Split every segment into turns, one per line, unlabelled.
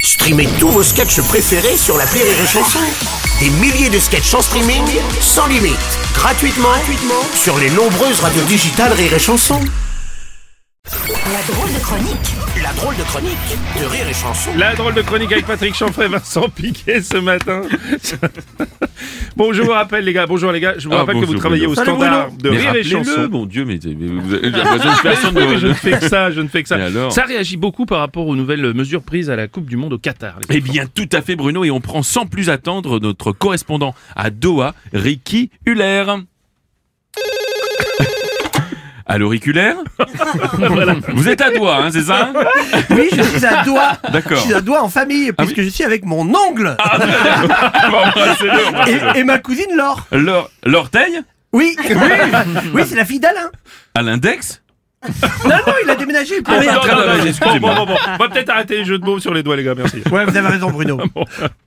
Streamez tous vos sketchs préférés sur la Rire et Chanson. Des milliers de sketchs en streaming, sans limite, gratuitement, gratuitement sur les nombreuses radios digitales Rire et Chanson.
La drôle de chronique
La drôle de chronique de Rire et Chanson.
La drôle de chronique avec Patrick Chanfray, Vincent Piquet ce matin. bon, je vous rappelle les gars, bonjour les gars, je vous
Ah,
rappelle que
bonjour,
vous travaillez au
Bruno.
standard de
mais
rire et
rappelez-le,
chanson.
mon Dieu, mais, mais vous avez j'ai l'impression que personne
Mais je ne
ne...
fais que ça, je ne fais que ça.
Mais alors
ça réagit beaucoup par rapport aux nouvelles mesures prises à la Coupe du Monde au Qatar. les
Eh
enfants.
bien, tout à fait, Bruno, et on prend sans plus attendre notre correspondant à Doha, Ricky Huller. À l'auriculaire Vous êtes à Doha, hein, c'est ça
Oui, je suis à doigt. Je
D'accord. Ah
suis à doigt en famille, puisque je suis avec mon ongle
Embrassez-le.
et, et ma cousine Laure.
L'or- L'orteil
Oui, oui, c'est la fille d'Alain.
À l'index
Non, non, il a déménagé. pour-
Ah, merde.
Non, non, non,
Excusez-moi.
excusez-moi. Bon, bon, bon, bon. On va peut-être arrêter les jeux de mots sur les doigts, les gars, merci.
Ouais, vous avez raison, Bruno.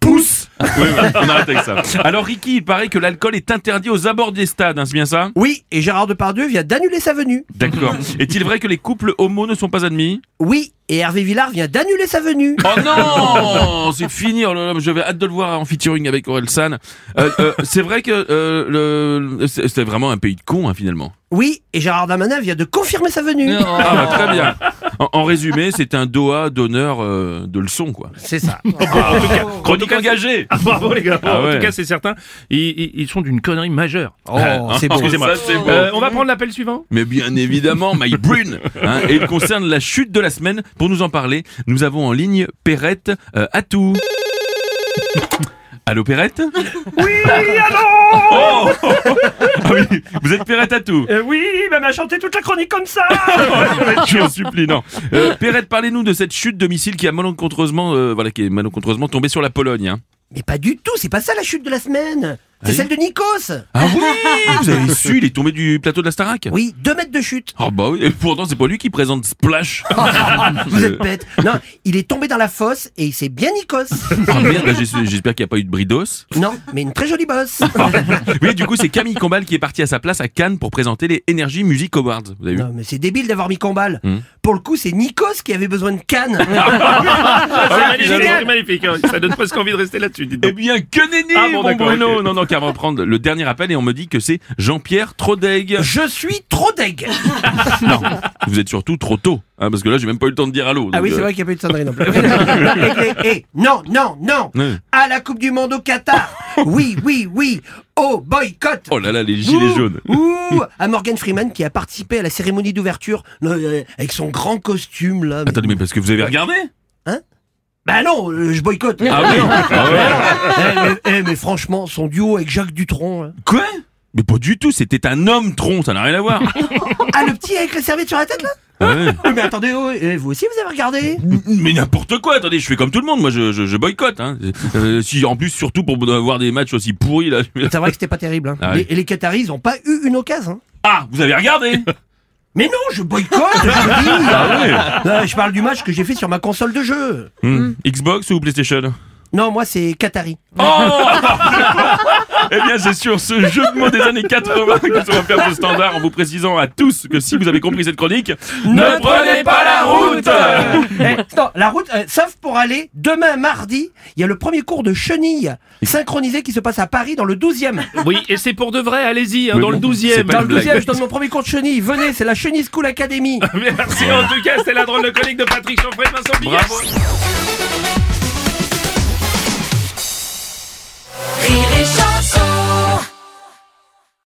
Pousse.
Oui, oui, on arrête avec ça. Alors, Ricky, il paraît que l'alcool est interdit aux abords des stades, hein, c'est bien ça
Oui, et Gérard Depardieu vient d'annuler sa venue.
D'accord. Est-il vrai que les couples homo ne sont pas admis
Oui, et Hervé Villard vient d'annuler sa venue.
Oh non C'est fini, oh là là, j'avais hâte de le voir en featuring avec Aurel San. Euh, euh, c'est vrai que euh, le, c'est- c'était vraiment un pays de cons hein, finalement.
Oui, et Gérard Damanin vient de confirmer sa venue.
Ah bah, très bien. En, en résumé, c'est un Doha d'honneur euh, de leçon quoi.
C'est ça.
en tout cas,
Chronique engagée
ah, bravo les gars.
Ah
En
ouais. Ah,
tout cas, c'est certain, ils, ils- ils sont d'une connerie majeure.
Oh, c'est beau.
Excusez-moi.
Ça, c'est beau.
Euh, on va prendre l'appel suivant.
Mais bien évidemment, My Brune hein, Et il concerne la chute de la semaine. Pour nous en parler, nous avons en ligne Perrette euh, Atou. Allô Perrette Oui, allô Ah Vous êtes Perrette Atou
oui, bah, m'a chanté toute la chronique comme ça.
Je vous en supplie, non. Euh, Perrette, parlez-nous de cette chute de missile qui a malencontreusement, euh, voilà, qui est malencontreusement tombée sur la Pologne. hein.
Mais pas du tout, c'est pas ça la chute de la semaine. C'est
oui
celle de Nikos.
Ah oui Vous avez su, il est tombé du plateau de la Starac
Oui, deux mètres de chute.
Ah bah oui, et pourtant c'est pas lui qui présente Splash.
Vous êtes bête.
Euh.
Non, il est tombé dans la fosse et il s'est bien Nikos.
Ah merde, là, j'es- j'espère qu'il n'y a pas eu de bridos.
Non, mais une très jolie bosse.
Oui, du coup c'est Camille Combal qui est parti à sa place à Cannes pour présenter les Energy Music Awards. Vous avez vu
Non, mais c'est débile d'avoir mis Combal.
Hmm.
Pour le coup, c'est Nikos qui avait besoin de Cannes.
Ah, c'est magnifique,
oui, finalement.
c'est magnifique. hein. Ça donne presque envie de rester là-dessus, dites
Eh
donc.
bien, que nenni,
Ah bon,
mon
d'accord,
Bruno
ok.
Non, non, car on va prendre le dernier appel et on me dit que c'est Jean-Pierre Trodeg.
Je suis trop deg.
Non, vous êtes surtout trop tôt, hein, parce que là j'ai même pas eu le temps de dire allô.
Ah
donc,
oui, c'est
euh,
vrai qu'il n'y a pas eu de Sandrine en plus. Eh, eh, eh, non, non, non.
Ouais.
À la Coupe du Monde au Qatar. Oui, oui, oui. Au boycott.
Oh là là, les gilets
Ouh,
jaunes.
Ouh, à Morgan Freeman qui a participé à la cérémonie d'ouverture euh, avec son grand costume là. mais-
Attendez, mais parce que vous avez regardé Ah
Bah non, euh, je boycotte.
oui
Eh, mais, eh, mais franchement, son duo avec Jacques Dutronc. hein.
Quoi Mais pas du tout, c'était un homme tronc, ça n'a rien à voir. Ah
Ah, le petit avec la serviette sur la tête là
Ouais.
Oui, Mais attendez, oh, eh, vous aussi vous avez regardé
Mais n'importe quoi, attendez, je fais comme tout le monde, moi je, je, je boycotte. Hein. Euh, si en plus, surtout pour avoir des matchs aussi pourris là.
C'est vrai que c'était pas terrible. Hein.
Ah oui.
Les- et les Qataris, ils ont pas eu une occasion. hein.
Ah, vous avez regardé
Mais non, je boycotte je, vous dis. Euh, je parle du match que j'ai fait sur ma console de jeu.
Hmm, Xbox ou PlayStation
Non, moi c'est Qatari.
Oh Eh bien, c'est sur ce jeu de mots des années 80 que nous allons faire ce standard en vous précisant à tous que si vous avez compris cette chronique, ne prenez pas la route
Eh, non, la route, euh, sauf pour aller demain mardi, il y a le premier cours de chenille synchronisé qui se passe à Paris dans le 12e.
Oui, et c'est pour de vrai, allez-y, hein,
Mais
dans
bon,
le
c'est
12e.
pas
Dans
une
le 12e, je donne mon premier cours de chenille. Venez, c'est la Chenille School Academy.
Merci en tout cas, c'était la drôle de chronique de Patrick Chanfray, Vincent Piquet.
Bravo.